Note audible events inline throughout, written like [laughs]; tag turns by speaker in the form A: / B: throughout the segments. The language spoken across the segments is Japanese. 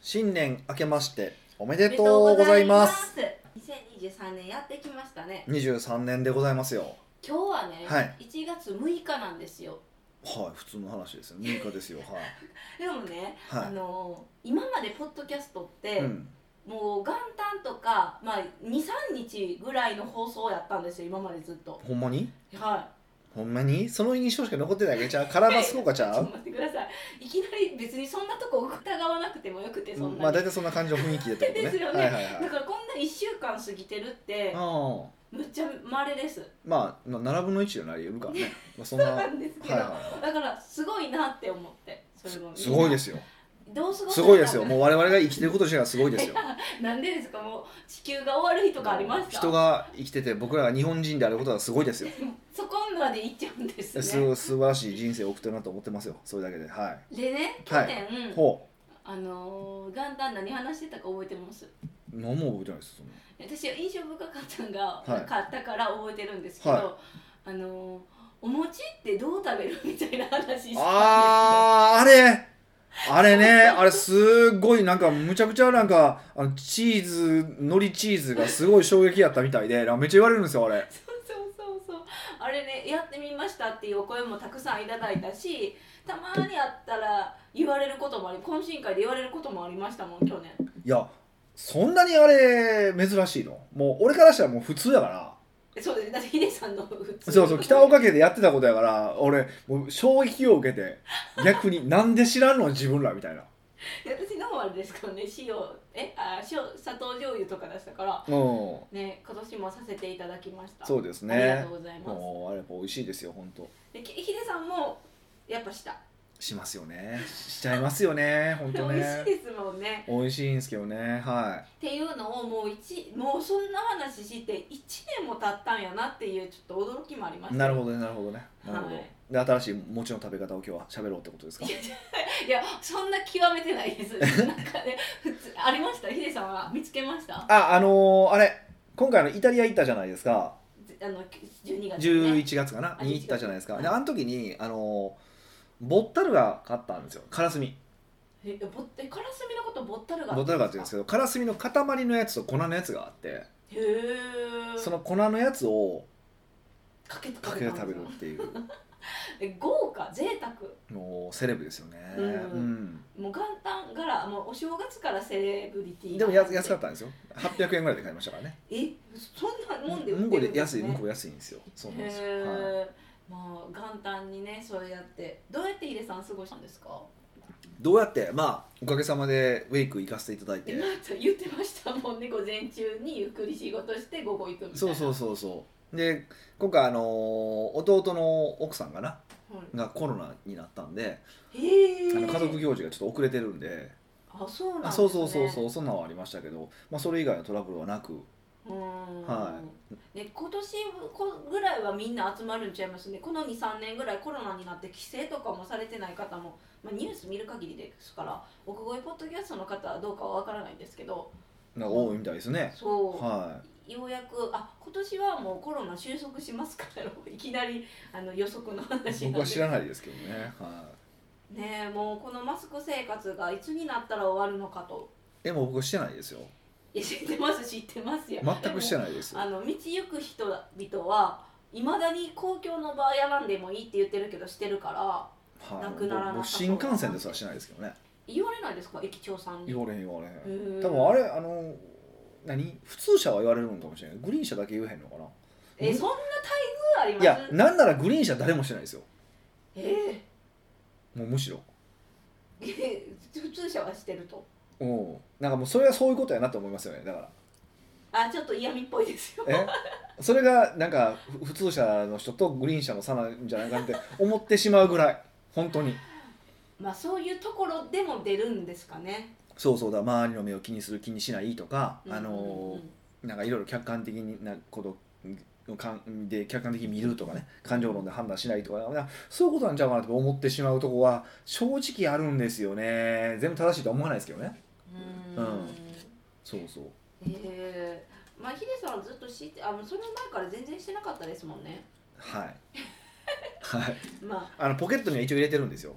A: 新年明けましておめでとうございます。
B: 2023年やってきましたね。
A: 23年でございますよ。
B: 今日はね、
A: はい
B: 1月6日なんですよ。
A: はい、普通の話ですよ。6日ですよ。は
B: でもね、
A: い。
B: あ
A: は
B: のー今までポッドキャストって、
A: い。うん。
B: もう元旦とか、まあ、23日ぐらいの放送やったんですよ今までずっと。
A: ほんまに？
B: は
A: ほんまに？その印象しか残ってないわけじゃう。体すごかち
B: い、
A: ゃ
B: ちょっと
A: う？
B: 待ってくださいいきなり別にそんなとこ疑わなくてもよくてそんなに、
A: まあ大体そんな感じの雰囲気でってことね。
B: ですよね
A: はいはい
B: [laughs] だからこんな1週間過ぎてるっ
A: は
B: て
A: い。うん。
B: むっちゃ稀です
A: まあ7分の1になり得るからね。まあ
B: [laughs]
A: そんな。はい
B: な
A: はい
B: んですけど、
A: は
B: だからすごいなって思ってそれも
A: い。すごいですすよ。
B: どう過ご
A: すごいですよ。
B: され
A: もう我々が生きてること自体がすごいです
B: [laughs]
A: よ。
B: たんだなんでですかもう地球が終わる日とかありました
A: 人が生きてて僕らが日本人であることはすごいですよ。
B: そこまで行っちゃうんですね
A: す素晴らしい人生を送ってるなと思ってますよそれだけでは
B: でね去
A: はい
B: 年、
A: い、ほ
B: あのー、元旦何話してたか覚えてます
A: う何も覚えてないですそん
B: 私は印象深かったのが、
A: はい
B: 買ったから覚えてるんですけど、
A: は
B: あのーお餅ってどう食べるみたいな話
A: な
B: したん
A: あーあれあれねあれすごいなんかむちゃくちゃなんかあのチーズ海苔チーズがすごい衝撃やったみたいでなんかめっちゃ言われるんですよあれ
B: ですよそうそうそうそうあれねやってみましたっていうお声もたくさんいただいたしたまにあったら言われることもあり懇親会で言われることもありましたもん去年
A: いやそんなにあれ珍しいのもう俺からしたらもう普通やから
B: えそうですねだってヒデさんの普通
A: そうそう北岡家でやってたことやから俺もう衝撃を受けて逆になんで知らんの自分らみたいな
B: で私の方はあれですけどね塩えあ塩砂糖醤油とか出したから
A: うん
B: ね今年もさせていただきました
A: そうですね
B: ありがとうございます
A: もうあれやっぱ美味しいですよ本当
B: できヒデさんもやっぱした、
A: しますよねしちゃいますよ
B: [laughs]
A: ね本
B: 美
A: 当
B: 味し
A: ね
B: いですもんね
A: 美味しいんですけどねは
B: っていうのをもう一もうそんな話して1年も経ったんやなっていうちょっと驚きもありまし
A: い
B: た
A: なるほどねなるほどねなるほど、
B: はい
A: で新しい餅の食べ方を今日は喋ろうってことですか
B: いやそんな極めてないですなんかね [laughs] 普通ありましたヒデさんは見つけました
A: ああのーあれ今回のイタリア行ったじゃないですか
B: ぜあの12月ね
A: 11月かな
B: あ
A: に行ったじゃないですか
B: 11
A: であの時にあのーボッタルが買ったんですよカラスミ
B: えぼえカラスミのことボッタルガ
A: ボッタルがって言うんですけどカラスミの塊のやつと粉のやつがあって
B: へえ
A: その粉のやつを
B: かけて
A: かけて食べるっていう
B: え豪華贅沢
A: もうセレブですよね
B: うん
A: うん
B: もう元旦からもうお正月からセレブリティ
A: でもや安かったたんですよ800円ぐらいで買いましたからね
B: えそんなもんで売
A: 向
B: っ
A: こ
B: て
A: う
B: るん
A: で
B: です
A: 安い
B: ね
A: 向こう安いんですよそうなんですよ、はい
B: へえまあ元旦にねそうやってどうやってヒデさん過ごしたんですか
A: どうやってまあおかげさまでウェイク行かせていただい
B: え
A: て
B: また言ってましたもんね午前中にゆっくり仕事して午後行くみたいな
A: そうそううそうそうで今回あのー弟の奥さんかながコロナになったんで、
B: へえ
A: あの家族行事がちょっと遅れてるんで
B: あそうなんです、
A: あ
B: ね、
A: そうそうそうそうそんなのはありましたけど、まあ、それ以外のトラブルはなく
B: うーん
A: は
B: で今年こぐらいはみんな集まるんちゃいますねこの23年ぐらいコロナになって帰省とかもされてない方も、まあ、ニュース見る限りですから奥越えポッドキャストの方はどうかは分からないんですけど
A: なんか多いみたいですね、
B: そう、
A: は
B: ようやくあ今年はもうコロナ収束しますからよいきなりあの予測の話
A: い
B: なん
A: 僕
B: で
A: は知らないですけどね、はい
B: ねえもうこのマスク生活がいつになったら終わるのかと
A: えもう僕はしてないですよ
B: いや知ってます知ってますよ
A: 全くして
B: でも
A: ないですよ
B: あの道行く人々はいまだに公共の場合選んでもいいって言ってるけどしてるから
A: はい、
B: なくならなさ
A: 僕
B: そう
A: 新幹線ですらしないですけどね
B: 言われないですか駅長さんに
A: 言われへん言われへん
B: 多
A: 多分あれあの何普通車は言われるのかもしれないグリーン車だけ言えへんのかな
B: えそんな待遇あります
A: いやなんならグリーン車誰もしてないですよ
B: え
A: もうむしろ
B: え [laughs] 普通車はしてると
A: うんなんかもうそれはそういうことやなと思いますよねだから
B: あちょっと嫌味っぽいですよ [laughs]
A: えそれがなんかふ普通車の人とグリーン車の差なんじゃないかって思ってしまうぐらい本当に
B: まあそういうところでも出るんですかね
A: そうそうだ周りの目を気にする気にしないとか、あの
B: うんうんうん
A: なんかいろいろ客観的になことをかんで客観的に見るとかね感情論で判断しないとかなそういうことなんちゃうかなと思ってしまうとこは正直あるんですよね全部正しいとは思わないですけどねう
B: うー
A: ん
B: ん
A: そうそう
B: えー、まあヒデさんはずっと知ってあもうその前から全然してなかったですもんね
A: はいはい
B: ま
A: あのポケットには一応入れてるんですよ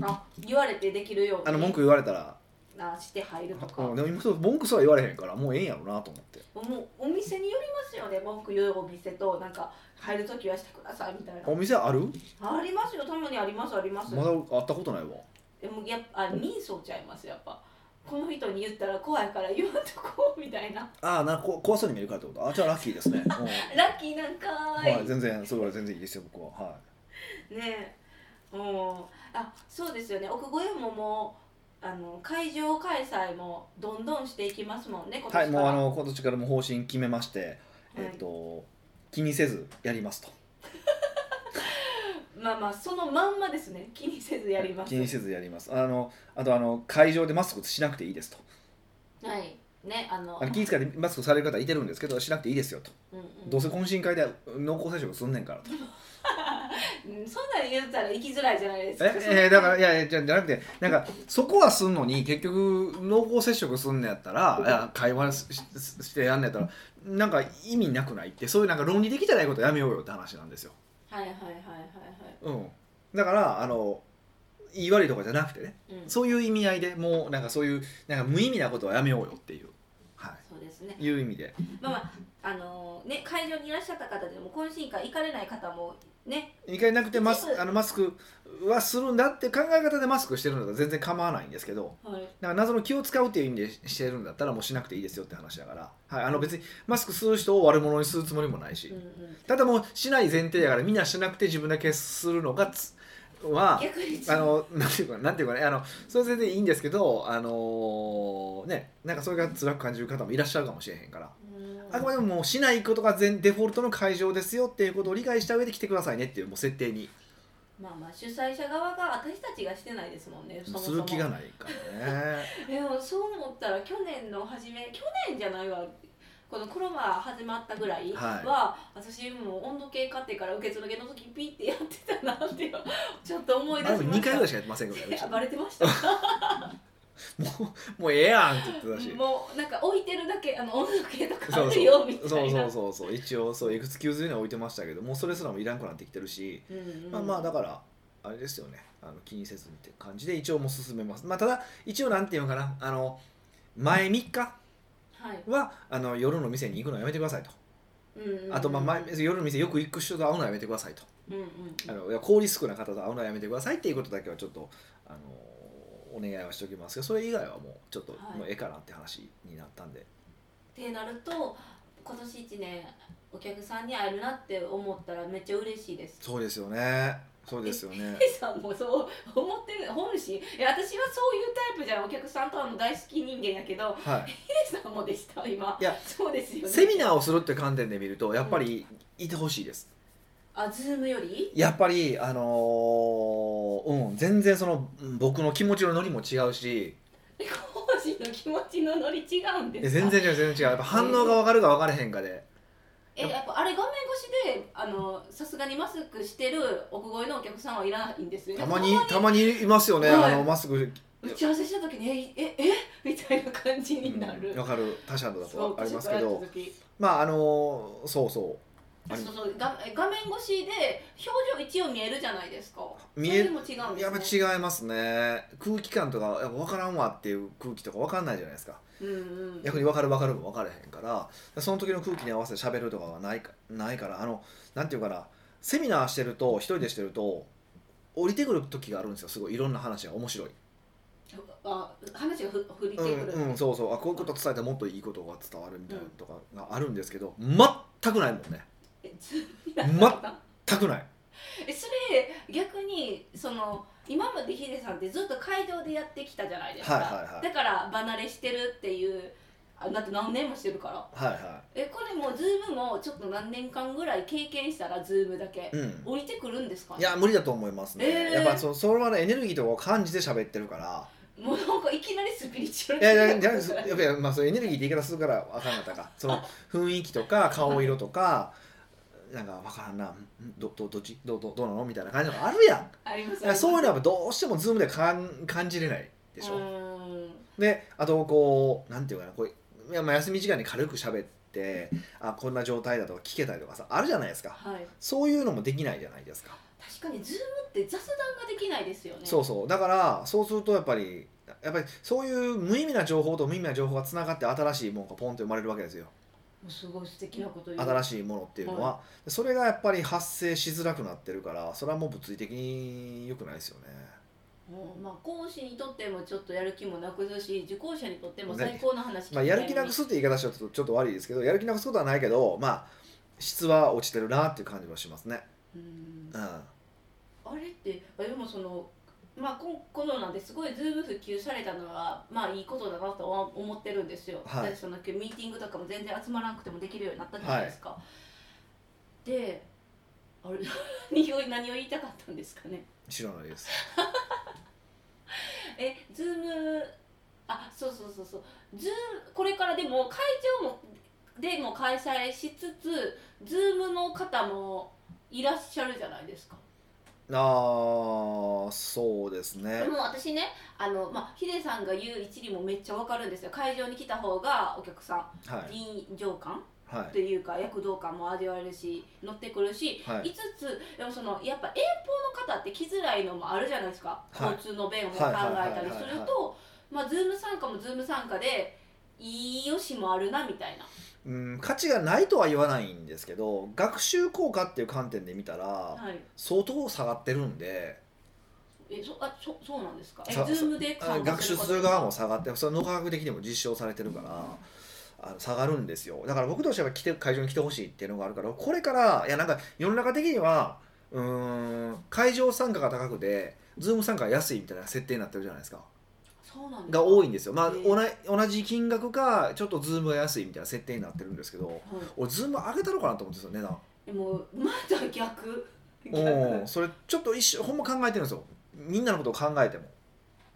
B: ああ言われてできるように
A: あの文句言われたら
B: なして入るとか、
A: うんでも今そう文句すら言われへんからもうええんやろなと思って
B: もうお店によりますよね文句言うお店となんか入るときはしてくださいみたいな
A: お店ある
B: ありますよたまにありますあります、
A: まだ会ったことないわ
B: でもやっぱあ人相ちゃいますやっぱこの人に言ったら怖いから言わんとこうみたいな [laughs]
A: ああなこ怖そうに見えるからってことあじゃあラッキーですね、うん
B: ラッキーなんかーい、
A: はい、全然それは全然いいですよ僕はは
B: ねえうんあそうですよね奥越えももうあの会場開催もどんどんしていきますもんね今年
A: い、はい、もうあ
B: は
A: の今年からもう方針決めまして、
B: い
A: えっ、と気にせずやりますと
B: まあまあそのまんまですね気にせずやります
A: 気にせずやりますあのあとあの会場でマスクしなくていいですと
B: はいねあの
A: あの気遣ってマスクされる方いてるんですけどしなくていいですよと
B: うんうん、
A: どうせ懇親会で濃厚接触すんねんからと
B: うんそんなん言うたら行きづらいじゃないですかそんな
A: ええだからいやいやじゃじゃなくてなんかそこはすんのに結局濃厚接触すんのやったらいや会話しししてやんのやったらなんか意味なくないってそういうなんか論理的じゃないことやめようよって話なんですよ
B: はいはいはいは
A: うん、だからあの言い悪いとかじゃなくてね、
B: いはい、うん、そ
A: そういう意味合いでもうなんかそういうなんか無意味なことはやめようよっていう、は
B: うですね
A: い、いう意味で
B: まあまああのね会場にいらっしゃった方でも懇親会行かれない方もね
A: 一回なくてマス
B: 一部
A: あのマスクはするんだって考え方でマスクしてるんだったら全然構わないんですけど
B: は
A: だ
B: い
A: から謎の気を使うっていう意味でしてるんだったらもうしなくていいですよって話だから、はい、あの別にマスクする人を悪者にするつもりもないし、
B: うんうん、
A: ただもうしない前提だからみんなしなくて自分だけするのがつは
B: 逆に
A: あのなんていうかなんていうかねあのそれは全然いいんですけどあのねなんかそれが辛く感じる方もいらっしゃるかもしれへんから
B: うん
A: あくまでももうしないことが全デフォルトの会場ですよっていうことを理解した上で来てくださいねっていうもう設定に
B: まあまあ主催者側が私たちがしてないですもんねそも
A: す
B: そも
A: る気がないからね
B: でもそう思ったら去年の初め去年じゃないわこのコロナ始まったぐらいは、私もう温度計買ってから受け継げの時ピッてやってたなっていうちょっと思い出
A: あ
B: し
A: で
B: ま
A: も
B: し
A: 2回ぐ
B: た
A: らいしかやってませんからね
B: いや [laughs] バレてました
A: うちもうもうええやんって言ってたし
B: [laughs] もうなんか置いてるだけあの温度計とか
A: そ
B: あ
A: う
B: るよみ
A: そう
B: た
A: そう
B: いな
A: そうそうそう一応そうエクスキューズには置いてましたけどもうそれすらもいらんくなってきてるし
B: うんうん
A: まあまあだからあれですよねあの気にせずにって感じで一応もう進めますまあただ一応なんていうのかなあの前3日
B: はい
A: はあの夜の店に行くのやめてくださいと、
B: うんうんうん
A: あとまあ前夜の店よく行く人と会うのはやめてくださいと
B: うんうん
A: あのいや高リスクな方と会うのはやめてくださいっていうことだけはちょっとあのお願いはしておきますけどそれ以外はもうちょっと、
B: はい
A: もうええかなって話になったんで
B: ってなると今年1年お客さんに会えるなって思ったらめっちゃ嬉しいです
A: そうですよねそうですよね
B: K さんもそう思ってる本心いや私はそういうタイプじゃんお客さんとはもう大好き人間やけど
A: はい
B: K さんもでした今
A: いや
B: そうですよね
A: [laughs] セミナーをするって観点で見るとやっぱりいてほしいです
B: あズームより [laughs]
A: やっぱりあのーうん全然そのうん僕の気持ちのノリも違うし
B: 本心の気持ちのノリ違うん
A: い
B: で
A: や
B: す
A: 全
B: か
A: 然違う全然違うやっぱ反応が分かるか分からへんかで
B: えやっぱあれ画面越しであのさすがにマスクしてる奥越えのお客さんはいらないんですよね
A: たまにたまにいますよね、
B: はい
A: あのマスク
B: 打ち合わせした時にえええみたいな感じになる、
A: うんわかる他社のだ
B: そう
A: とありますけど
B: 私こうやった時
A: まああのーそうそうあり
B: そうそう画画面越しで表情一応見えるじゃないですか
A: 見える
B: それでも違うんです、ね、
A: やっぱ違いますね空気感とかやっぱ分からんわっていう空気とか分かんないじゃないですか
B: うんうん
A: 逆に分かる分かるも分からへんからその時の空気に合わせて喋るとかはないかないからあのなんていうかなセミナーしてると一人でしてると降りてくる時があるんですよすごいいろんな話が面白い、
B: あ話がふ降りて
A: う
B: くる、
A: んうん、そうそうあこういうこと伝えたらもっといいことが伝わるみたいなとかがあるんですけど全くないもんね
B: えず [laughs] ま、
A: 全くない
B: えそれ逆にその今までヒデさんってずっと街道でやってきたじゃないですか、
A: はいはいはい
B: だから離れしてるっていうあだって何年もしてるから
A: はいは
B: えこれもうズームもちょっと何年間ぐらい経験したらズームだけ
A: い、うん、
B: 降りてくるんですかね
A: いや無理だと思いますね、
B: えー
A: やっぱそそれまでエネルギーとかを感じて喋ってるから
B: もうなんかいきなりスピリチュアル
A: いやいやじゃなくてやっぱりまあそうエネルギーって言い方するから分かんなかったかその雰囲気とか顔色とかなんか分からんなんどどどっちどどどうなのみたいな感じのがあるやん
B: あります
A: いやそういうの
B: の
A: はやっぱどうしてもズームで感感じれないでしょ、
B: ょ
A: であとこうなんていうかなこういやまあ休み時間に軽く喋ってあこんな状態だとか聞けたりとかさあるじゃないですか
B: はい
A: そういうのもできないじゃないですか
B: 確かにズームって雑談ができないですよね
A: そうそうだからそうするとやっぱりやっぱりそういう無意味な情報と無意味な情報がつながって新しいものがポンと生まれるわけですよ
B: もうすごい素敵なこと言う
A: 新しいものっていうのは、それがやっぱり発生しづらくなってるからそれはもう物理的に良くないですよね
B: もうまあ講師にとってもちょっとやる気もなくすし受講者にとっても最高の話聞き
A: ま
B: た
A: あ、
B: いのに
A: やる気なくすって言い方しちゃうとちょっと悪いですけどやる気なくすことはないけどまあ質は落ちてるなっていう感じはしますね
B: うん
A: うん
B: あれってあでもそのまあこコロナですごいズーム普及されたのはまあいいことだなとは思ってるんですよ、
A: はい
B: だってそのミーティングとかも全然集まらなくてもできるようになったじゃないですか、であれ [laughs] 何を何を言いたかったんですかね
A: 知らないです
B: えズームあそうそうそうそうズームこれからでも会場もでも開催しつつズームの方もいらっしゃるじゃないですか
A: ああそうですね
B: でも私ねあの、まあ、ヒデさんが言う一理もめっちゃわかるんですよ会場に来た方がお客さん
A: はい
B: 臨場感
A: は
B: っ
A: い
B: ていうか躍動感も味わえるし乗ってくるし、
A: はい
B: 5つでもそのやっぱ遠方の方って来づらいのもあるじゃないですか、
A: はい
B: 交通の便を考
A: はい
B: えたりす
A: はいはいはい
B: る
A: はい
B: とまあズーム参加もズーム参加でいいよしもあるなみたいな、
A: うん価値がないとは言わないんですけど学習効果っていう観点で見たら、
B: はい、
A: 相当下がってるんで
B: えそあそそうなんですかえ
A: さ
B: ズームで
A: あ
B: 参加
A: 学習する側も下がってそれ脳科学的にも実証されてるから。あの下がるんですよだから僕としては来て会場に来てほしいっていうのがあるからこれからいやなんか世の中的にはうーん会場参加が高くてズーム参加が安いみたいな設定になってるじゃないですか
B: そうなんですか
A: が多いんですよまあ
B: へえ
A: 同じ同じ金額かちょっとズームが安いみたいな設定になってるんですけど
B: はい
A: 俺ズーム上げたのかなと思ってるんですよ値段
B: えもうまだ逆逆
A: [laughs] うんそれちょっと一瞬ほんま考えてるんですよみんなのことを考えても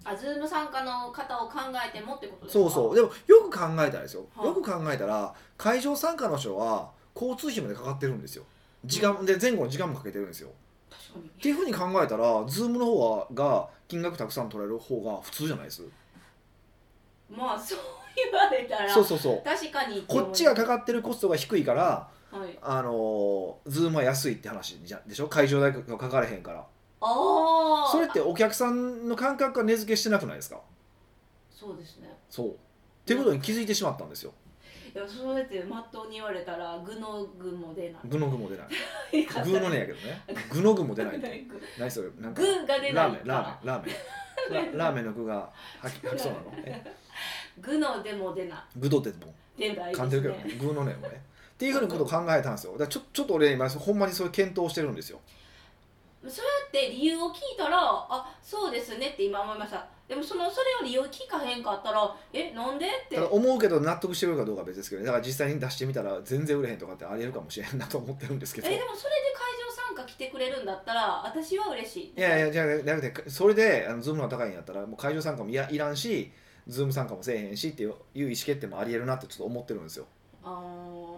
B: あ、ズーム参加の方を考えてもってことですか
A: そうそうでもよく考えたらですよ、
B: はい
A: よく考えたら会場参加の人は交通費までかかってるんですよ時間で前後の時間もかけてるんですよっ
B: 確かに
A: ていうふうに考えたらズームの方はが金額たくさん取られる方が普通じゃないです
B: まあそう言われたら
A: そうそうそう
B: 確かにって
A: こ
B: 思い
A: っ
B: ます
A: ちがかかってるコストが低いから
B: はい、
A: あのーズームは安いって話じゃでしょ会場代がかかれへんから
B: ああ
A: それってお客さんの感覚が値付けしてなくないですか
B: そうですね
A: そうっていうことに気づいてしまったんですよ
B: いやそうやってまっとうに言われたら具の具も出ない
A: グノグも出 [laughs] ない
B: 言い方
A: グーのねやけど [laughs] ねグノグも出ないって
B: 具
A: 何それなんか
B: [laughs] 具が出な
A: ラ
B: い
A: ーメンラーメンラーメン [laughs] ララーメンの具が吐き吐きそうなのえ
B: 具のでも出な
A: 具どっても
B: い出ないです、ね、
A: 噛んでるけどね具のねもねっていうふうなことを考えたんですよだからちょちょっと俺今ほんまにそれ検討してるんですよ
B: そうやって理由を聞いたらあそうですねって今思いましたでもそのそれを理由聞かへんかったらえなんでって
A: ただ思うけど納得してくれるかどうかは別ですけどねだから実際に出してみたら全然売れへんとかってありえるかもしれんなと思ってるんですけど
B: えでもそれで会場参加来てくれるんだったら私は嬉しい
A: いやいやじゃなくてそれであのズームの方が高いんやったらもう会場参加もいやいらんしズーム参加もせえへんしっていういう意思決定もありえるなってちょっと思ってるんですよ
B: あー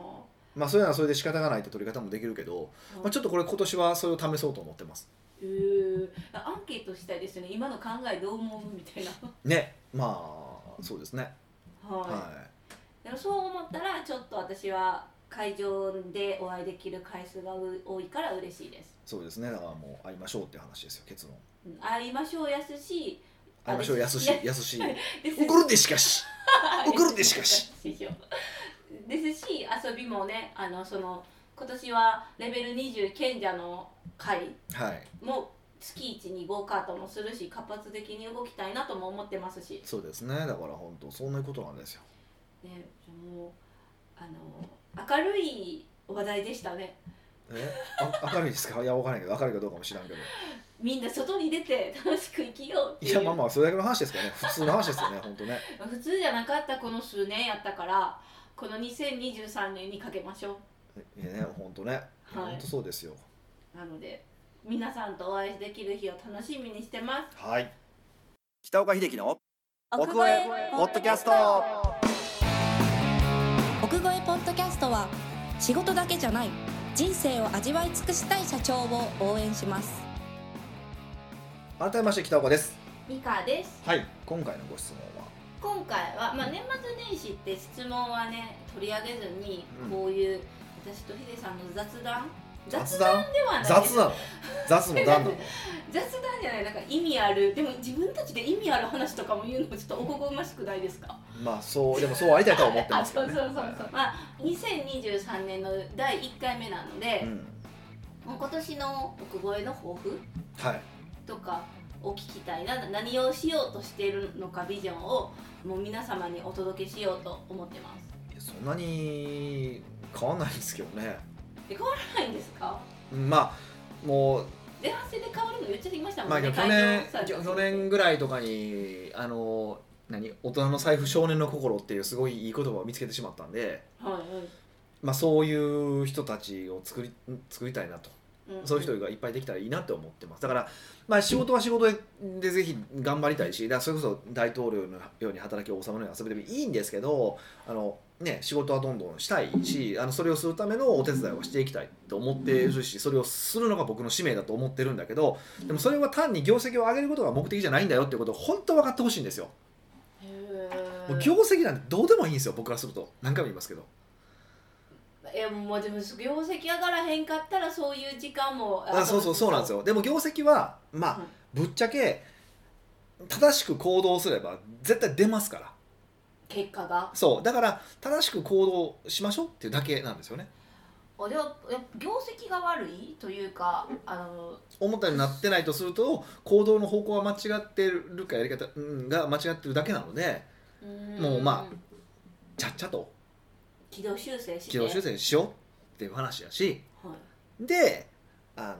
A: まあそれならそれで仕方がないって取り方もできるけど、まあ、ちょっとこれ今年はそれを試そうと思ってます
B: うーアンケートしたいですね今の考えどう思うみたいな
A: ねまあそうですね
B: はい、
A: は
B: でもそう思ったらちょっと私は会場でお会いできる回数が多いから嬉しいです
A: いそうですねだからもう会いましょうって話ですよ結論
B: うん会いましょうやすし
A: 会いましょう
B: あ
A: や
B: ですす
A: しやすし
B: [laughs] です
A: 怒るでしかし怒るでしかし
B: [laughs] ですし遊びもねあのその今年はレベル20賢者の会
A: はい
B: も月1にゴーカートもするし活発的に動きたいなとも思ってますし
A: そうですねだから本当そんなことなんですよ
B: ねもうあの明るい話題でしたね
A: えあ明るいですかいや分からないけど明るいかどうかも知らんけど
B: みんな外に出て楽しく生きようって
A: い
B: いう
A: やまあまあそれだけの話ですからね普通の話ですよね本当ね
B: 普通じゃなかったこの数年やったからこの2023年にかけましょ
A: いやね本当ね、
B: はい
A: 本当そうですよ
B: うなので皆さんとお会いできる日を楽しみにしてます
A: はい北岡秀樹の
C: 奥越えポッドキャスト奥越えポッドキャストは仕事だけじゃない人生を味わい尽くしたい社長を応援します
A: 改めまして北岡です
B: ミカです
A: はい今回のご質問は
B: 今回は、まあ、年末年始って質問はね取り上げずに、
A: うん
B: こういう私とヒデさんの雑談雑
A: 雑
B: 談
A: 談
B: ではない
A: 雑なの雑の段なの
B: 雑談じゃないなんか意味あるでも自分たちで意味ある話とかも言うのもちょっとおこがましくないですか
A: まあそうでもそうありたいとは思って
B: あ
A: ますけど
B: そう
A: ね
B: そうそうそうまあ2023年の第1回目なので
A: う、ん
B: もう今年の奥越えの抱負
A: はい
B: とかを聞きたいな何をしようとしているのかビジョンをもう皆様にお届けしようと思ってます
A: いやそんなに変わんないんですけどね
B: で変わらないんですか
A: まあもう
B: 前半戦で変わるの言っちゃいました
A: ま
B: も
A: あ、
B: んね、
A: 去年
B: 会場さ
A: 去年ぐらいとかにあの何大人の財布少年の心っていうすごいいい言葉を見つけてしまったんで、
B: はいはい
A: まあ、そういう人たちを作り作りたいなと
B: うん
A: そういう人がいっぱいできたらいいなって思ってますだから、まあ、仕事は仕事ででぜひ頑張りたいしだからそれこそ大統領のように働きを王様のように遊びでもいいんですけどあの、ね、仕事はどんどんしたいしあのそれをするためのお手伝いをしていきたいと思っているしそれをするのが僕の使命だと思ってるんだけどでもそれは単に業績を上げることが目的じゃないんだよっていうことを本当分かってほしいんですよ。
B: へー
A: もう業績なんてどうでもいいんですよ僕からすると何回も言いますけど。
B: いやもうでも業績上がらへんかったらそういう時間も
A: あそうそうそうなんです
B: よ
A: よでも業績はまあ、
B: うん
A: ぶっちゃけ正しく行動すれば絶対出ますから
B: 結果が
A: そうだから正しく行動しましょうっていうだけなんですよね
B: あでもやっぱ業績が悪いというかあの
A: 思ったようになってないとすると行動の方向は間違ってるかやり方うんが間違ってるだけなので
B: ーん
A: もうまちゃっちゃと
B: 軌道修正して
A: 軌道修
B: 正、
A: 正しようっていう話やし
B: はい
A: であ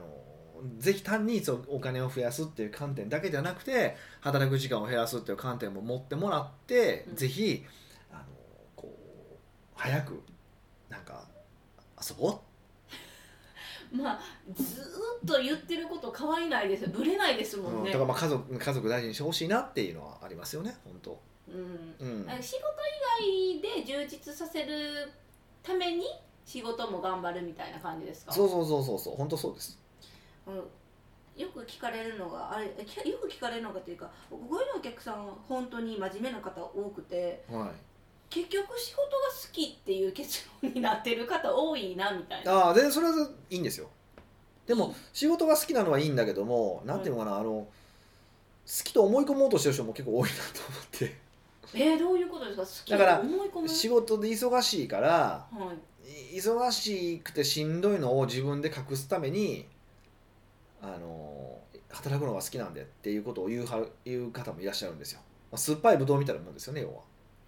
A: のぜひ単にそのお金を増やすっていう観点だけじゃなくて働く時間を減らすっていう観点も持ってもらって、
B: うん
A: ぜひあのこう早くなんか遊ぼう
B: まあずーっと言ってること変わりないですよぶれないですもん
A: うん
B: ね
A: とかまあ家族家族大事にしてほしいなっていうのはありますよね本当、
B: うん
A: うん
B: なんか仕事以外で充実させるために仕事も頑張るみたいな感じですか
A: そうそうそうそうそう本当そうです
B: うんよく聞かれるのがあれきよく聞かれるのがというか僕声のお客さんは本当に真面目な方多くて
A: は
B: 結局仕事が好きっていう結論になってる方多いなみたい
A: い
B: な
A: ああでそれはいいんですよでも仕事が好きなのはいいんだけどもなんていうのかな、あの好きと思い込もうとしてる人も結構多いなと思って
B: えー、どういうことですか
A: だか
B: 好きを
A: ら
B: 思い込む
A: 仕事で忙しいから
B: はい
A: い忙しくてしんどいのを自分で隠すためにあの働くのが好きなんでっていうことを言うは言う方もいらっしゃるんですよ、まあ、酸っぱいブドウみたいなもんですよね要は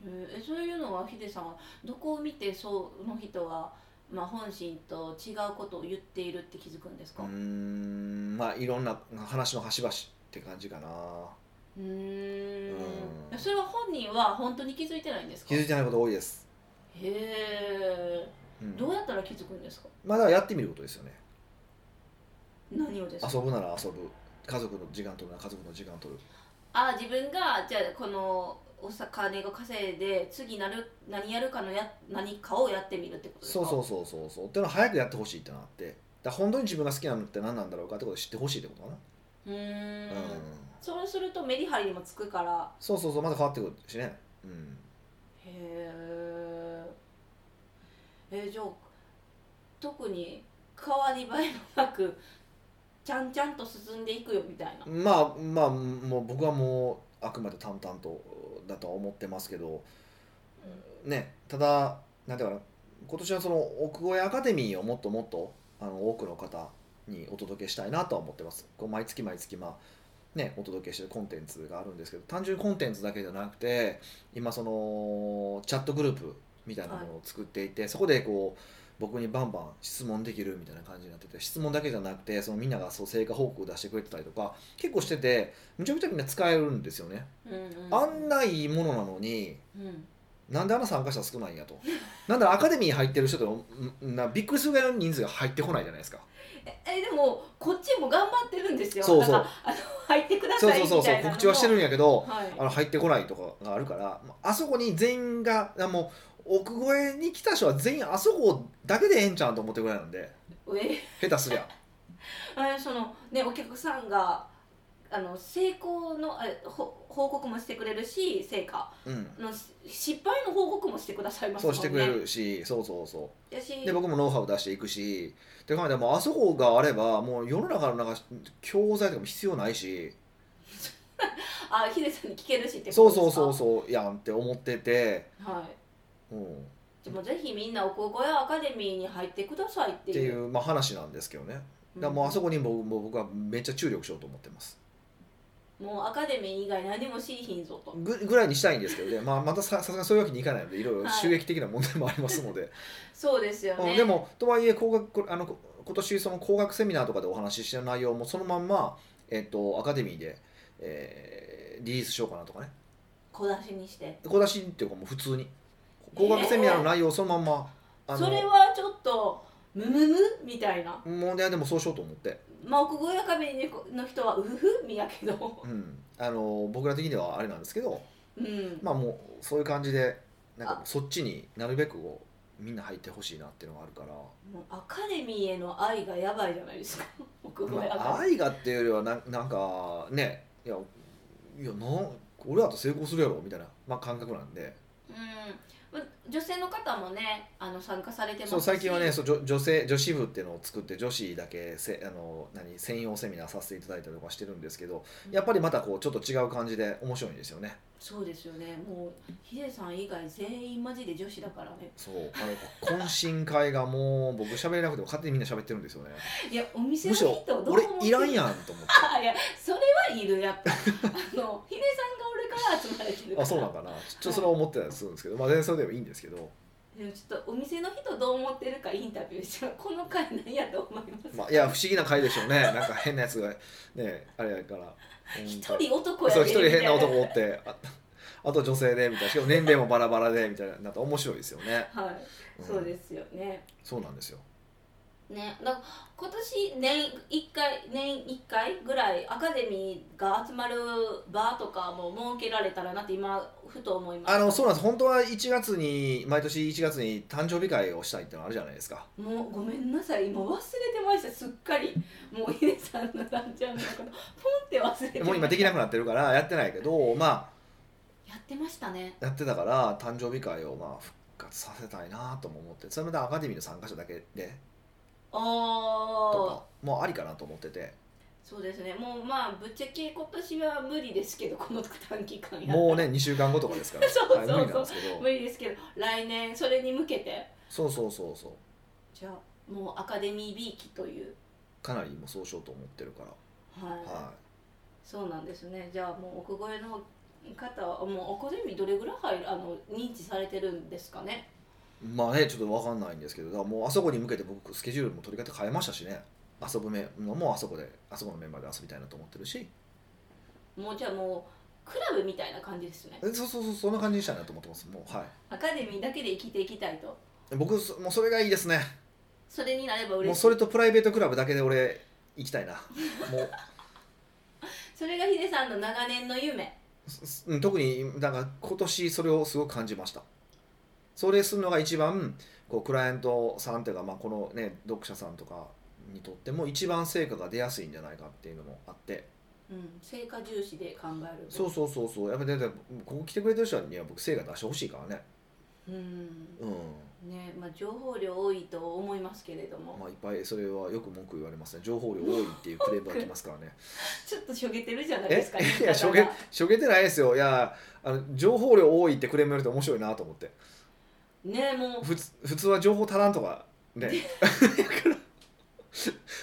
B: えーそういうのはヒデさんはどこを見てその人は、まあ、本心と違うことを言っているって気づくんです
A: う
B: か
A: ーんまあいろんな話の端々って感じかな
B: うーん
A: うん
B: それは本人は本当に気づいてないんですか
A: 気づいてないこと多いです、
B: へえ
A: うん
B: どうやったら気づくんですか
A: まあだからやってみることですよね
B: 何をですか
A: 遊ぶなら遊ぶ家族の時間取るなら家族の時間取る
B: あ自分がじゃあこのお金が稼いで次なる何やるかのや何かをやってみるってことです
A: そ
B: か
A: うそううそうそうそうっていうのは早くやってほしいってのがあってだから本当に自分が好きなのって何なんだろうかってことを知ってほしいってことかな
B: うー
A: うん
B: んそうするとメリハリにもつくから
A: そうそうそうまだ変わってくるしねうん
B: へーえじゃあ特に変わり映えもなくちゃんちゃんと進んでいくよみたいな
A: まあまあもう僕はもうあくまで淡々とだとは思ってますけど、ねただなんていうかな今年はその奥越えアカデミーをもっともっとあの多くの方にお届けしたいなとは思ってますこう毎月毎月まあね、お届けしてるコンテンツがあるんですけど単純にコンテンツだけじゃなくて今そのチャットグループみたいなものを作っていて、そこでこう僕にバンバン質問できるみたいな感じになってて質問だけじゃなくてそのみんながそう成果報告出してくれてたりとか結構しててむちゃくちゃみんな使えるんですよね、
B: うんうん
A: あんないいものなのに
B: うん
A: なんであんな参加者少ないんやとなんだろうアカデミー入ってる人となびっくりするぐらいの人数が入ってこないじゃないですか
B: ええでもこっちも頑張ってるんですよ
A: そうそう
B: なんかあの入ってくだ
A: そう
B: さい
A: そ
B: み
A: う
B: たい
A: そ
B: な
A: うそう告知はしてるんやけど、
B: はい
A: あの入ってこないとかがあるからまああそこに全員があもう奥越えに来た人は全員あそこだけでええんちゃうんと思ってるぐらいなんで
B: え
A: 下手すりゃ
B: あれそのねお客さんがあの成功のあほ報告もしてくれるし成果
A: うん、
B: のし失敗の報告もしてくださいます
A: そうしてくれ
B: もんね
A: るし、そうそうそう
B: やし
A: で僕もノウハウを出していくしで考えたらもうあそこがあればもう世の中のなんか教材とかも必要ないし
B: あヒデさんに聞けるしって
A: そ
B: こ
A: う
B: と
A: そ
B: で
A: う
B: すか
A: そうそうやんって思ってて、
B: はい
A: うん、っ
B: でもぜひみんな奥越えアカデミーに入ってくださいって
A: て
B: いう
A: いう、まあ、話なんですけどねだからもうあそこに僕もう僕はめっちゃ注力しようと思ってます
B: もうアカデミー以外何もしいひんぞと
A: ぐぐらいにしたいんですけどね、まあ、またささすがにそういうわけにいかないのでいろいろ
B: はい
A: 収益的な問題もありますの
B: [laughs]
A: で、
B: そうですよね、
A: うん、でもとはいえ工学これあのこ今年その工学セミナーとかでお話しした内容もそのまんま、えっと、アカデミーで、えーリリースしようかなとかね
B: 小出しにして
A: 小出しっていうかもう普通に工学セミナーの内容をそのまんま、あ
B: それ
A: の
B: はちょっとムムムみたいな
A: 問題でもそうしようと思って、
B: まあ奥越えアカデミーの人はウフフみやけど
A: うん、あの僕ら的にはあれなんですけど
B: うん
A: まあもうそういう感じでなんか
B: あ
A: そっちになるべくこうみんな入ってほしいなっていうのがあるから。
B: もうアカデミーへの愛がやばいじゃないですか [laughs] 奥越え
A: ま
B: アカデミ
A: あ、愛がっていうよりはなんなんかねいやいやなん俺だと成功するやろみたいな、まあ、感覚なんで
B: ーうんまあ女性の方もねあの参加されてますし
A: そう最近はねそう女女性女子部っていうのを作って女子だけせあの何専用セミナーさせていただいたりとかしてるんですけどやっぱりまたこうちょっと違う感じで面白いんですよね
B: そうですよねもうヒデさん以外全員マジで女子だからね
A: そうあの懇親会がもう僕喋れなくても勝手にみんな喋ってるんですよね
B: いやお店
A: む
B: の
A: し
B: 人
A: ろ
B: どう思っ
A: 俺
B: て
A: いらん
B: ん
A: やんと思って
B: [laughs] いやそれはいるやっぱ [laughs] あのヒデさんが俺から集まれてるか
A: [laughs]
B: ら
A: あそうなんかなちょっとそれは思ってたりするんですけど、まあ、全然それでもいいんですけど
B: でもちょっとお店の人どう思ってるかインタビューしたらこの回何やと思います、
A: まあ、いや不思議な回でしょうねなんか変なやつがねあれやから
B: 一
A: うん
B: 人男や
A: そう
B: で
A: 一人変な男おってああと女性でみたいなしかも年齢もバラバラでみたいななんか面白いですよね、
B: はい、
A: ん
B: そうですよね
A: そうなんですよ
B: ねだから今年年1回年1回ぐらいアカデミーが集まる場とかも設けられたらなって今ふと思いました
A: あのそうなんです本当は1月に毎年1月に誕生日会をしたいってのあるじゃないですか
B: もうごめんなさい今忘れてましたすっかりもうヒデさんのランチャンのことポンって忘れてました
A: もう今できなくなってるからやってないけどま
B: やってましたね
A: あやってたから誕生日会をまあ復活させたいなとも思ってそれまたアカデミーの参加者だけでと
B: ああ
A: かもありかなと思ってて
B: そうですねもうまあぶっちゃけ今年は無理ですけどこの短期間や
A: もうね2週間後とかですから
B: [laughs] そうそうそう
A: はい無理なんですけど
B: 無理ですけど来年それに向けて
A: そうそうそうそう
B: じゃあもうアカデミー B 期という
A: かなりもうそうしようと思ってるから、
B: はい、
A: は
B: そうなんですねじゃあもう奥越えの方はもうアカデミーどれぐらい入るあの認知されてるんですかね
A: い、まあねちょっと分かんないんですけどだからもうあそこに向けて僕スケジュールも取り方変えましたしね遊ぶめのもあそこであそこのメンバーで遊びたいなと思ってるし
B: もうじゃあもうクラブみたいな感じですね
A: えそうそうそうそんな感じにしたいなと思ってますもうは
B: アカデミーだけで生きていきたいと
A: い僕そもうそれがいいですね
B: それになれば
A: も
B: 嬉
A: う
B: しい
A: そ
B: それ
A: れとプライベートクラブだけで俺行きたいなもう
B: がヒデさんの長年の夢
A: すすうん特になんか今年それをすごく感じましたそれするのが一番こうクライアントさんというか、まあ、このね読者さんとかにとっても一番成果が出やすいんじゃないかっていうのもあって
B: うん成果重視で考える
A: そうそうそうそうやっぱりだってここ来てくれてる人には僕成果出してほしいからね
B: うん
A: うん
B: ねまあ情報量多いと思いますけれども、
A: まあいっぱいそれはよく文句言われますね情報量多いっていうクレームが来ますからね
B: [laughs] ちょっとしょげてるじゃないで
A: え [laughs]
B: すか言い方
A: い
B: が
A: やしょげしょげてないですよいやあの情報量多いってクレーム言われて面白いなと思って
B: ねも
A: 普通普通は情報足らんとか
B: [laughs]
A: ねだから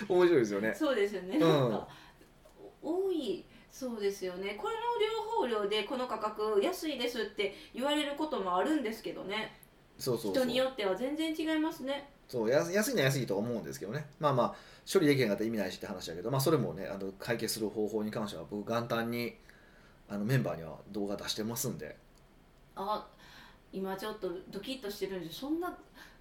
A: 面白いですよ
B: う
A: ね
B: そうですよね、
A: うん
B: なんか多いそうですよねこれの両方量でこの価格安いですって言われることもあるんですけどね
A: そうそうそう
B: 人によっては全然違いますね
A: そうや安いのは安いと思うんですけどねまあまあ処理できなかったら意味ないしって話だけど、まあ、それもねあの解決する方法に関しては僕元旦にあのメンバーには動画出してますん
B: [laughs]
A: で
B: あ今ちょっとドキッとしてるんでそんな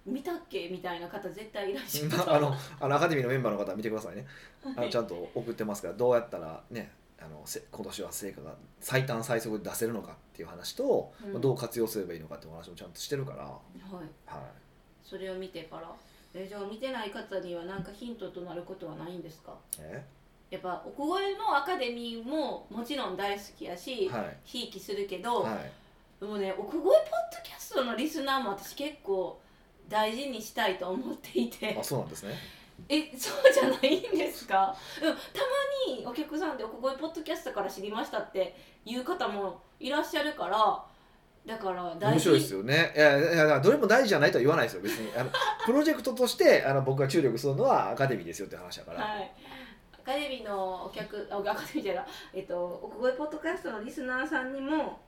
B: 見たっけみたいな方絶対いらっしゃる
A: ま [laughs] ああのあのアカデミーのメンバーの方は見てくださいねあ
B: は
A: の
B: い
A: ちゃんと送ってますからどうやったらねあのせ今年は成果が最短最速で出せるのかっていう話と、
B: うん
A: まあどう活用すればいいのかっていうお話もちゃんとしてるから、
B: はい
A: は
B: それを見てからえじゃあ見てない方には何かヒントとなることはないんですか
A: い、え
B: やっぱ奥越えのアカデミーももちろん大好きやし
A: はい
B: ひいきするけど、
A: はい
B: でもね奥越えポッドキャストのリスナーも私結構大事にしたいと思っていて
A: あそうなんですね
B: えそうじゃないんですか、うん、たまにお客さんで「ここへポッドキャストから知りました」っていう方もいらっしゃるからだから
A: 面白いです
B: よ
A: よねいやいやいやどれも大事じゃないとは言わないですよ別にあのプロジェクトとしてあの僕が注力するのはアカデミーですよって話だから、
B: はいアカデミーのお客あアカデミーじゃないえっと奥越ポッドキャストのリスナーさんにも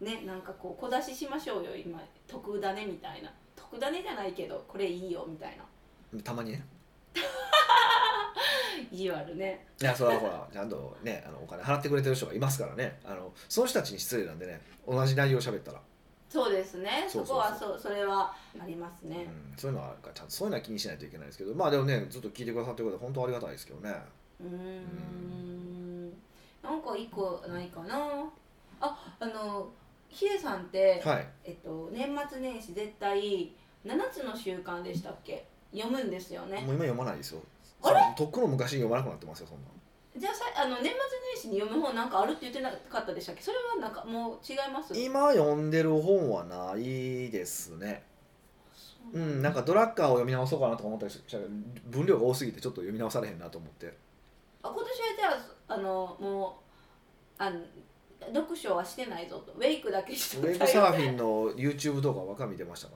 B: ねなんかこう小出ししましょうよ今得だねみたいな得だねじゃないけどこれいいよみたいな
A: たまにね
B: 意地悪ね
A: いやそれはほらちゃんとねあのお金払ってくれてる人がいますからねあのその人たちに失礼なんでね同じ内容を喋ったら、
B: そうですね
A: そ
B: そ
A: そう
B: う
A: そう
B: こはそうそれはありますね、
A: うん、そういうのはあるからちゃんとそういうのは気にしないといけないですけどまあでもねずっと聞いてくださってることは本当ありがたいですけどね
B: うーんなんか一個ないかなああのヒデさんって、
A: はい
B: えっと、年末年始絶対7つの習慣でしたっけ読むんですよね
A: もう今読まないですよ
B: あれ
A: とっくの昔に読まなくなってますよそんなの
B: じゃあさあの年末年始に読む本なんかあるって言ってなかったでしたっけそれはなんかもう違います
A: 今読んでる本はないですね
B: そう
A: うんなんかドラッカーを読み直そうかなとか思ったりしたけど分量が多すぎてちょっと読み直されへんなと思って
B: あ今年はじゃああのもうあの読書はしてないぞとウェイクだけし
A: ウ
B: て
A: ェイクサーフィンの YouTube 動画ばっか見てましたか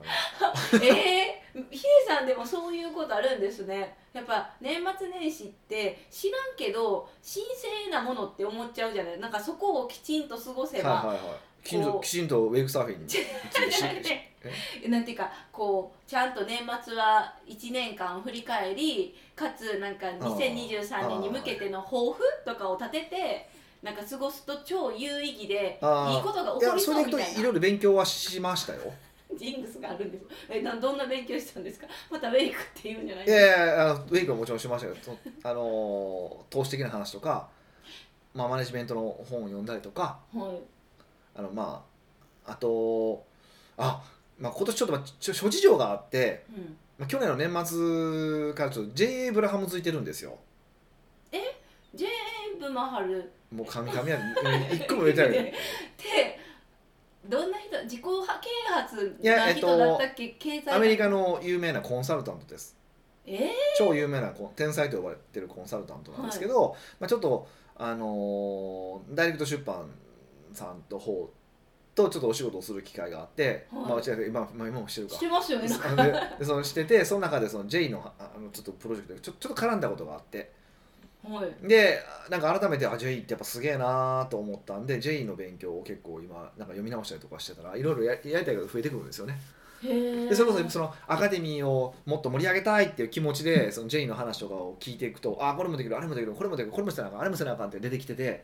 A: らね
B: えー、ヒデさんでもそういうことあるんですねやっぱ年末年始って知らんけど神聖なものって思っちゃうじゃないなんかそこをきちんと過ごせば、
A: はいはいはいきちんときちんとウェイクサーフィンにし
B: [laughs] なんていうかこうちゃんと年末は1年間を振り返りかつなんか2023年に向けての抱負とかを立ててなんか過ごすと超有意義で
A: あー
B: いいことが
A: い
B: 起こ
A: や
B: り
A: そ
B: そう
A: れ
B: み
A: でいく
B: た
A: と
B: い
A: い
B: な
A: ろいろ勉強はしましたよ
B: ジングスがあるんですえなどんな勉強したんですかまたウェイクって言うんじゃない
A: い
B: ですか
A: やいやあのウェイクはもちろんしましたけどとあのー投資的な話とか、まあ、マネジメントの本を読んだりとか
B: はい
A: あのまああとあ、まあ、今年ちょっとまあちょ諸事情があって、
B: うん
A: まあ、去年の年末からちょっと J.A. ブラハムついてるんですよ
B: ブマハルっ
A: もう神々や一個も言えて
B: [laughs]
A: ない
B: てどんな人自己啓発
A: いや
B: な
A: えっと
B: 人だったっけ、経済
A: アメリカの有名なコンサルタントです
B: え
A: 超有名なコン天才と呼ばれてるコンサルタントなんですけど、まあ、ちょっと、あのーダイレクト出版さんの方とちょっとお仕事をする機会があって、
B: はい
A: まあ、違う今まあ今もしてる
B: ー、
A: か
B: してますよねなんか
A: で [laughs] でそのしててその中でその J のああのちょっとプロジェクトでちょちょっと絡んだことがあって
B: はい
A: でなんか改めてあ J ってやっぱすげえなーと思ったんで J の勉強を結構今なんか読み直したりとかしてたらいろいろややりたいことが増えてくるんですよね。
B: へー
A: でそれこそそのアカデミーをもっと盛り上げたいっていう気持ちでそのジェイの話とかを聞いていくとあこれもできるあれもできるこれもできるこれもせなあかんあれもせなあかんって出てきてて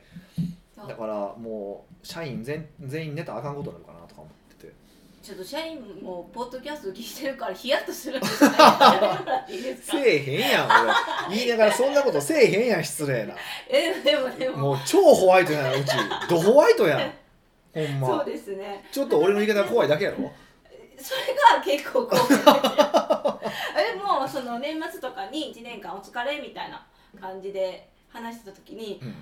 B: あ
A: だからもう社員全全員寝たらあかんことになるかなとか思ってて
B: ちょっと社員もポッドキャスト聞いてるからヒヤッとするんですけどやめてもらっていいで
A: [laughs]
B: すか
A: せえへんやん俺言いながらそんなことせえへんやん失礼な
B: えでもでも
A: もう超ホワイトやんうちドホワイ
B: [laughs]
A: トやんほん
B: そう
A: ま
B: ですね
A: ちょっと俺の言い方が怖いだけやろ
B: それが結構こう [laughs] えもうその年末とかに1年間お疲れみたいな感じで話してた時に
A: うん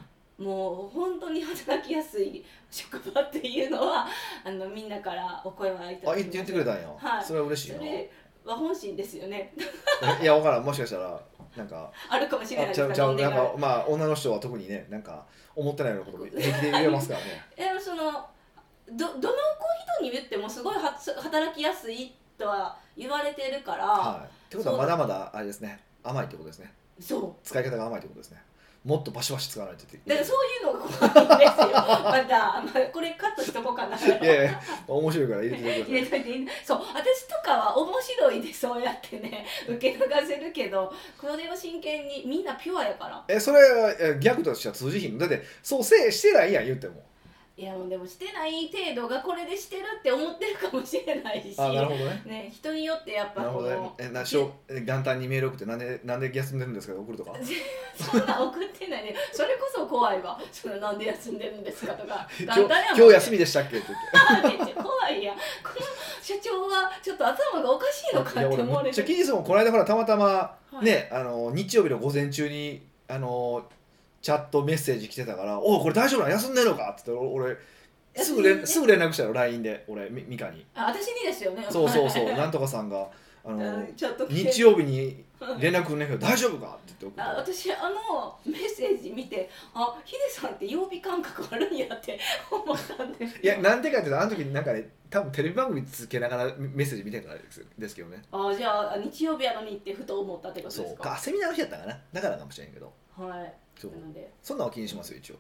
B: もう本当に働きやすい職場っていうのは [laughs] あのみんなからお声はいた
A: あ
B: だき
A: 言って言
B: ます
A: ってくれたんや、
B: はい
A: それは嬉しい
B: そ
A: な
B: れは本心ですよ
A: [laughs]
B: ね [laughs]
A: いや分からんもしかしたらなんか
B: あるかもしれない
A: あ
B: で
A: ちゃ
B: す
A: う
B: か
A: ちゃ
B: ら
A: うなん
B: が
A: かまあ女の人は特にねなんか思ってないようなことも平気で言えますから
B: [laughs]
A: ね
B: えでもそのどどの人に言ってもすごいはつ働きやすいとは言われてるから、
A: はいってことは
B: そう
A: まだまだあれですね甘いってことですね
B: そ
A: 使い方が甘いってことですねもっとバシバシ使わないといけ
B: う
A: な
B: だ
A: い
B: からそういうのが怖いん
A: [laughs]
B: ですよまた、まあ、これカットしとこうかな
A: いやいや面白いから入れてく
B: 入れ
A: だ
B: といていい [laughs] そう私とかは面白いでそうやってね受け流せるけどこれを真剣にみんなピュアやから
A: さいえそれはえ逆としては通じひんのだってそうせしてないやん言っても
B: いやもうでもしてない程度がこれでしてるって思ってるかもしれないし
A: あなるほどね
B: ね人によってやっぱ
A: なるほ
B: こ
A: どね
B: の
A: えなしょえ元旦にメール送ってなんでなんで休んでるんですか送るとか
B: そんなん送ってないねそれこそ怖いわそのなんで休んでるんですかとか
A: [laughs] 今
B: 簡単やもん
A: 日今日休みでしたっけって言って
B: みめっちゃ怖いやんこの社長はちょっと頭がおかしいのか
A: いや
B: って
A: 俺
B: 思わ
A: め
B: れ
A: っち
B: て
A: ゃ気にするもんこの間ほらたまたま
B: はい
A: ね、あの日曜日の午前中にあのチャットメッセージ来てたから「おうこれ大丈夫なの休んでるのか?」って言って俺俺すぐ
B: 休ん
A: 連
B: です
A: ぐ連絡したよ LINE で俺みミカに
B: あ私にですよね
A: そうそうそう
B: はい
A: なんとかさんがあの
B: [laughs] うんちょっと聞け
A: 日曜日に連絡くんねんけど大丈夫かって言って
B: あ
A: 送っ
B: 私あのメッセージ見てあヒデさんって曜日感覚あるんやって思ったんです
A: たいやなんでかっていうとあの時なんかね多分テレビ番組続けながらメッセージ見てたからですですけどね
B: あじゃあ日曜日やのにってふと思ったってこと
A: そ
B: です
A: う
B: か
A: かセミナーの日やったかなだからかもしれんけど
B: はい
A: そう
B: なので [laughs]
A: そんなんは気にしますよ一応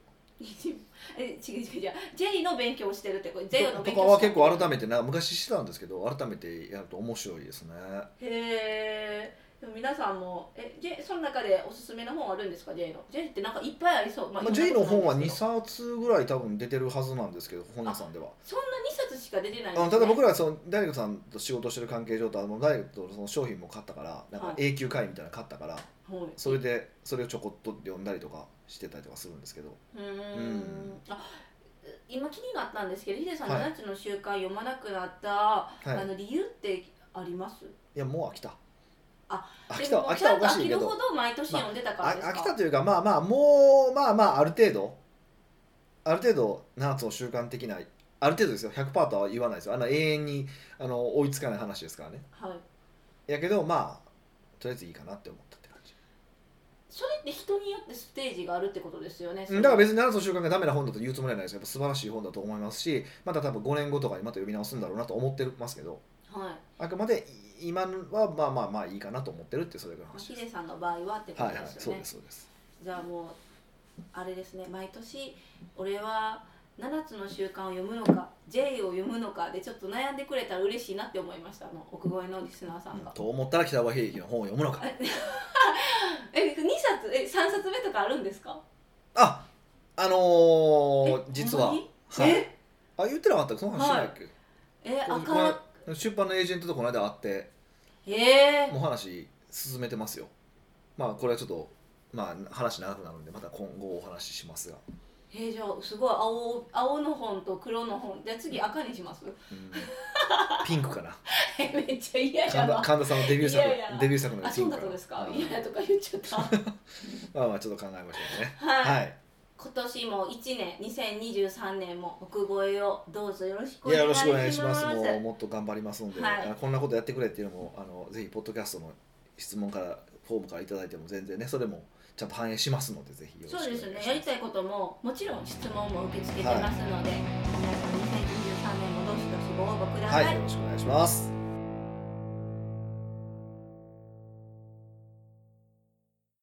B: え違う違う違う J の勉強をしてるってこと J の
A: と
B: 勉強
A: かは結構
B: め
A: 改めてなんか昔してたんですけど改めてやると面白いですね
B: へーでも皆さんもえ J その中でおすすめの本あるんですか J の J ってなんかいっぱいありそう、ま
A: まあ、J の本は
B: 2
A: 2
B: 冊
A: 冊ぐらい多分出てるはずなんですけど本屋さんでは
B: そんな2冊しか出てないん
A: あ
B: ですね
A: ただ僕らその大学さんと仕事してる関係上とあの大学とその商品も買ったからなん
B: は
A: か
B: い
A: 永久会員みたいなの買ったから
B: はい
A: それでそれをちょこっと読んだりとかしてたりとかするんですけど
B: うーん
A: うん
B: あ今気になったんですけどヒデさん
A: はい
B: 7つの習慣読まなくなった、
A: い
B: あの理由ってあります
A: いやもう飽きた
B: あ
A: 飽きた
B: でも
A: 飽きたはおかし
B: 飽
A: い
B: き
A: け
B: るほ
A: ど
B: ど毎年読んでたから
A: あ
B: ですか、
A: 飽きたというかまあまあもうまあまあある程度ある程度7つの習慣的なある程度ですよ100%とは言わないですよあの永遠にあの追いつかない話ですからね
B: はい、
A: やけどまあとりあえずいいかなって思ったって感じ
B: それって人によってステージがあるってことですよね
A: うんだから
B: に
A: 別に7つの習慣がダメな本だと言うつもりはないですよやっぱ素晴らしい本だと思いますしまた多分5年後とかにまた読み直すんだろうなと思ってますけど
B: はい
A: あくまでい今はまあまあまあいいかなと思ってるってそれぐらいの
B: まあ
A: 話
B: ヒ
A: です
B: デさんの場合はってこ
A: は
B: と
A: い
B: で
A: はい
B: す
A: そう
B: よね、
A: ですそうです
B: じゃあもうあれですね毎年俺は7つの習慣を読むのか J を読むのかでちょっと悩んでくれたら嬉しいなって思いましたあの奥越えのリスナーさんが、
A: と思ったら北川平気の本を読むのか
B: え2冊え3冊目とかあるんですか
A: ああのー
B: え
A: 実
B: ほ
A: は
B: んまに
A: はいあ言ってなかったその話してないっけ、
B: ええ
A: こ
B: あ
A: う
B: かん
A: 出版のエージェントとこの間会って
B: えー
A: もう話進めてますよまあこれはちょっとまあ話長くなるんでまた今後お話ししますが、
B: えー、じゃあすごい青青の本と黒の本じゃあ次赤にします [laughs]
A: うんピンクかな
B: えめっちゃ嫌や
A: 神田
B: わ
A: 神田さんのデビュー作
B: いやいや
A: デビュー作の
B: あ
A: ピ
B: そう
A: ン
B: だ
A: ク
B: ったんですか
A: うん
B: 嫌やとか言っちゃったはい、
A: まあまあちょっと考えましょうねはい、
B: 今年も1年2023年も奥越えをどうぞよろしくお
A: いや
B: 願
A: よろ
B: い
A: し
B: し
A: くお願
B: ま
A: い
B: す
A: しますもうもっと頑張りますので、
B: はい
A: あこんなことやってくれっていうのもあのぜひポッドキャストの質問からフォームからいただいても全然ねそれもちゃんと反映しますのでぜひよろし
B: そう
A: くお願いしま
B: ですね
A: す
B: やりたいことももちろん質問も受け付けてますので、皆さん2023年もどしどしご応募くださ
A: はいい、よろしくお願いします